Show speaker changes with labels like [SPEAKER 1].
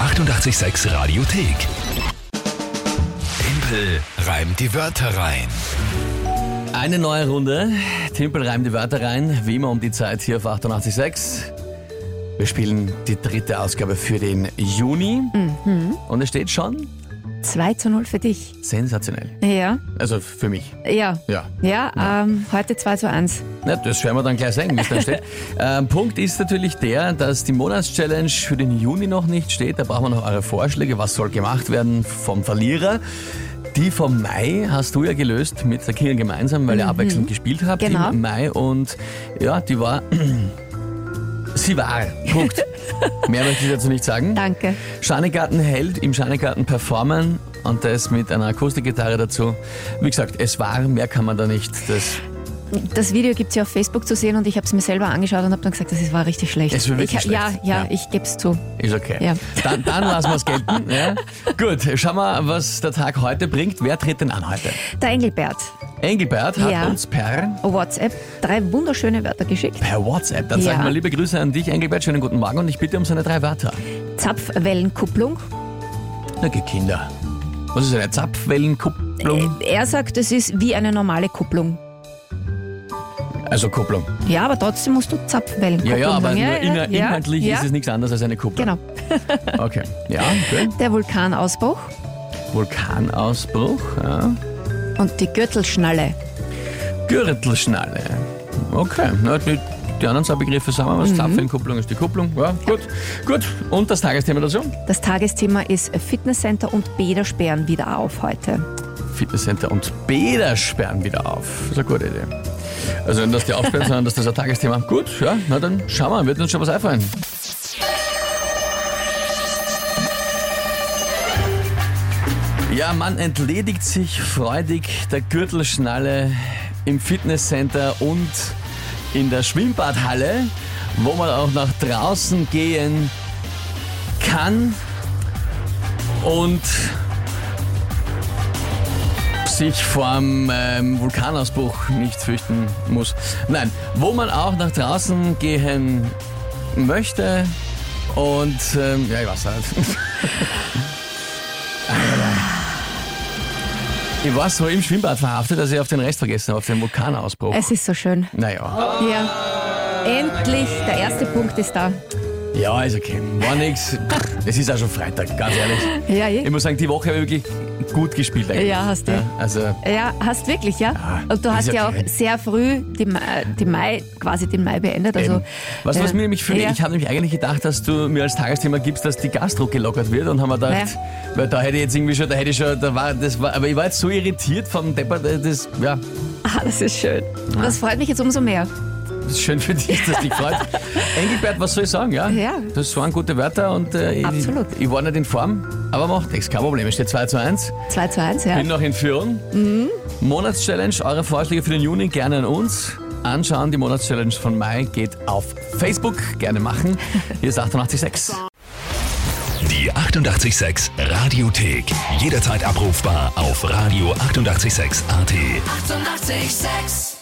[SPEAKER 1] 886 Radiothek. Tempel reimt die Wörter rein.
[SPEAKER 2] Eine neue Runde. Timpel reimt die Wörter rein, wie immer um die Zeit hier auf 88.6. Wir spielen die dritte Ausgabe für den Juni. Und es steht schon
[SPEAKER 3] 2 zu 0 für dich.
[SPEAKER 2] sensationell.
[SPEAKER 3] Ja,
[SPEAKER 2] Also für mich,
[SPEAKER 3] ja.
[SPEAKER 2] ja.
[SPEAKER 3] Ja, ähm, heute 2 zu 1.
[SPEAKER 2] Na, das werden wir dann gleich sagen, wie es dann steht. Ähm, Punkt ist natürlich der, dass die Monatschallenge für den Juni noch nicht steht. Da brauchen wir noch eure Vorschläge, was soll gemacht werden vom Verlierer. Die vom Mai hast du ja gelöst mit der Kinga gemeinsam, weil ihr abwechselnd gespielt habt
[SPEAKER 3] Mhm. Genau.
[SPEAKER 2] im Mai. Und ja, die war... Sie war. Punkt. Mehr möchte ich dazu nicht sagen.
[SPEAKER 3] Danke.
[SPEAKER 2] Schanegarten hält im Schanegarten performen und das mit einer Akustikgitarre dazu. Wie gesagt, es war, mehr kann man da nicht. Das
[SPEAKER 3] Das Video gibt es ja auf Facebook zu sehen und ich habe es mir selber angeschaut und habe dann gesagt, das war richtig schlecht.
[SPEAKER 2] Es war wirklich
[SPEAKER 3] ich, Ja,
[SPEAKER 2] schlecht.
[SPEAKER 3] ja,
[SPEAKER 2] Ja.
[SPEAKER 3] ich gebe es zu.
[SPEAKER 2] Ist okay.
[SPEAKER 3] Ja.
[SPEAKER 2] Dann, dann lassen wir es gelten. Ja? Gut, schauen wir, was der Tag heute bringt. Wer tritt denn an heute?
[SPEAKER 3] Der Engelbert,
[SPEAKER 2] Engelbert hat
[SPEAKER 3] Ja.
[SPEAKER 2] uns per,
[SPEAKER 3] WhatsApp, drei wunderschöne Wörter geschickt.
[SPEAKER 2] per WhatsApp. Dann sagen
[SPEAKER 3] Ja.
[SPEAKER 2] wir liebe Grüße an dich, Engelbert. Schönen guten Morgen und ich bitte um seine drei Wörter.
[SPEAKER 3] Zapfwellenkupplung.
[SPEAKER 2] Na, geh Kinder. Was ist eine Zapfwellenkupplung?
[SPEAKER 3] Er sagt, es ist wie eine normale Kupplung.
[SPEAKER 2] Also Kupplung.
[SPEAKER 3] Ja, aber trotzdem musst du Zapfwellenkupplung
[SPEAKER 2] Ja, ja, aber
[SPEAKER 3] sagen.
[SPEAKER 2] nur inha-
[SPEAKER 3] Äh. ja,
[SPEAKER 2] inhaltlich
[SPEAKER 3] ja,
[SPEAKER 2] ist es nichts anderes als eine Kupplung.
[SPEAKER 3] Genau.
[SPEAKER 2] Okay. Ja, okay.
[SPEAKER 3] Der Vulkanausbruch
[SPEAKER 2] Vulkanausbruch. Ja.
[SPEAKER 3] und die Gürtelschnalle.
[SPEAKER 2] Gürtelschnalle. Okay, na, die, die anderen zwei Begriffe sagen wir was. Mhm. Zapfenkupplung ist die Kupplung. Ja, gut. Gut. Und das Tagesthema dazu?
[SPEAKER 3] Das Tagesthema ist Fitnesscenter und Bäder sperren wieder auf heute.
[SPEAKER 2] Fitnesscenter und Bäder sperren wieder auf. Das ist eine gute Idee. Also nicht, dass die aufsperren, sondern dass das ein Tagesthema. Gut, ja, na dann schauen wir, wird uns schon was einfallen. Ja, man entledigt sich freudig der Gürtelschnalle im Fitnesscenter und in der Schwimmbadhalle, wo man auch nach draußen gehen kann und sich vorm ähm, Vulkanausbruch nicht fürchten muss. Nein, wo man auch nach draußen gehen möchte und ähm, ja, ich weiß halt. ich war so im Schwimmbad verhaftet, dass ich auf den Rest vergessen habe, auf den Vulkanausbruch.
[SPEAKER 3] Es ist so schön.
[SPEAKER 2] naja,
[SPEAKER 3] Ja. Endlich, der erste Punkt ist da.
[SPEAKER 2] ja, ist okay. War nix. Es ist auch schon Freitag, ganz ehrlich.
[SPEAKER 3] Ja,
[SPEAKER 2] Ich muss sagen, die Woche habe ich wirklich gut gespielt eigentlich.
[SPEAKER 3] Ja, hast du.
[SPEAKER 2] also,
[SPEAKER 3] Ja, hast wirklich, ja.
[SPEAKER 2] Ah,
[SPEAKER 3] Und du
[SPEAKER 2] ist
[SPEAKER 3] hast ja
[SPEAKER 2] okay.
[SPEAKER 3] auch sehr früh die Mai, die Mai, quasi den Mai beendet. Also,
[SPEAKER 2] Eben. was, was
[SPEAKER 3] ja.
[SPEAKER 2] mir nämlich für,
[SPEAKER 3] Ja.
[SPEAKER 2] ich habe nämlich eigentlich gedacht, dass du mir als Tagesthema gibst, dass die Gastro gelockert wird und haben wir gedacht, weil da hätte ich jetzt irgendwie schon, da hätte ich schon, da war, das war, aber ich war jetzt so irritiert vom Depper, das, ja,
[SPEAKER 3] Ah, das ist schön. Das
[SPEAKER 2] Ah.
[SPEAKER 3] freut mich jetzt umso mehr.
[SPEAKER 2] das ist schön für dich, dass dich freut. Engelbert, was soll ich sagen, ja?
[SPEAKER 3] Ja.
[SPEAKER 2] Das waren gute Wörter und äh, ich,
[SPEAKER 3] Absolut.
[SPEAKER 2] ich war nicht in Form, aber macht nichts, kein Problem, es steht 2 zu 1.
[SPEAKER 3] 2 zu 1, ja.
[SPEAKER 2] Bin noch in Führung. Monatschallenge, eure Vorschläge für den Juni gerne an uns. Anschauen, die Monatschallenge von Mai geht auf Facebook. Gerne machen. Hier ist 886.
[SPEAKER 1] Die 886 Radiothek. Jederzeit abrufbar auf radio886.at. 886!
[SPEAKER 4] 886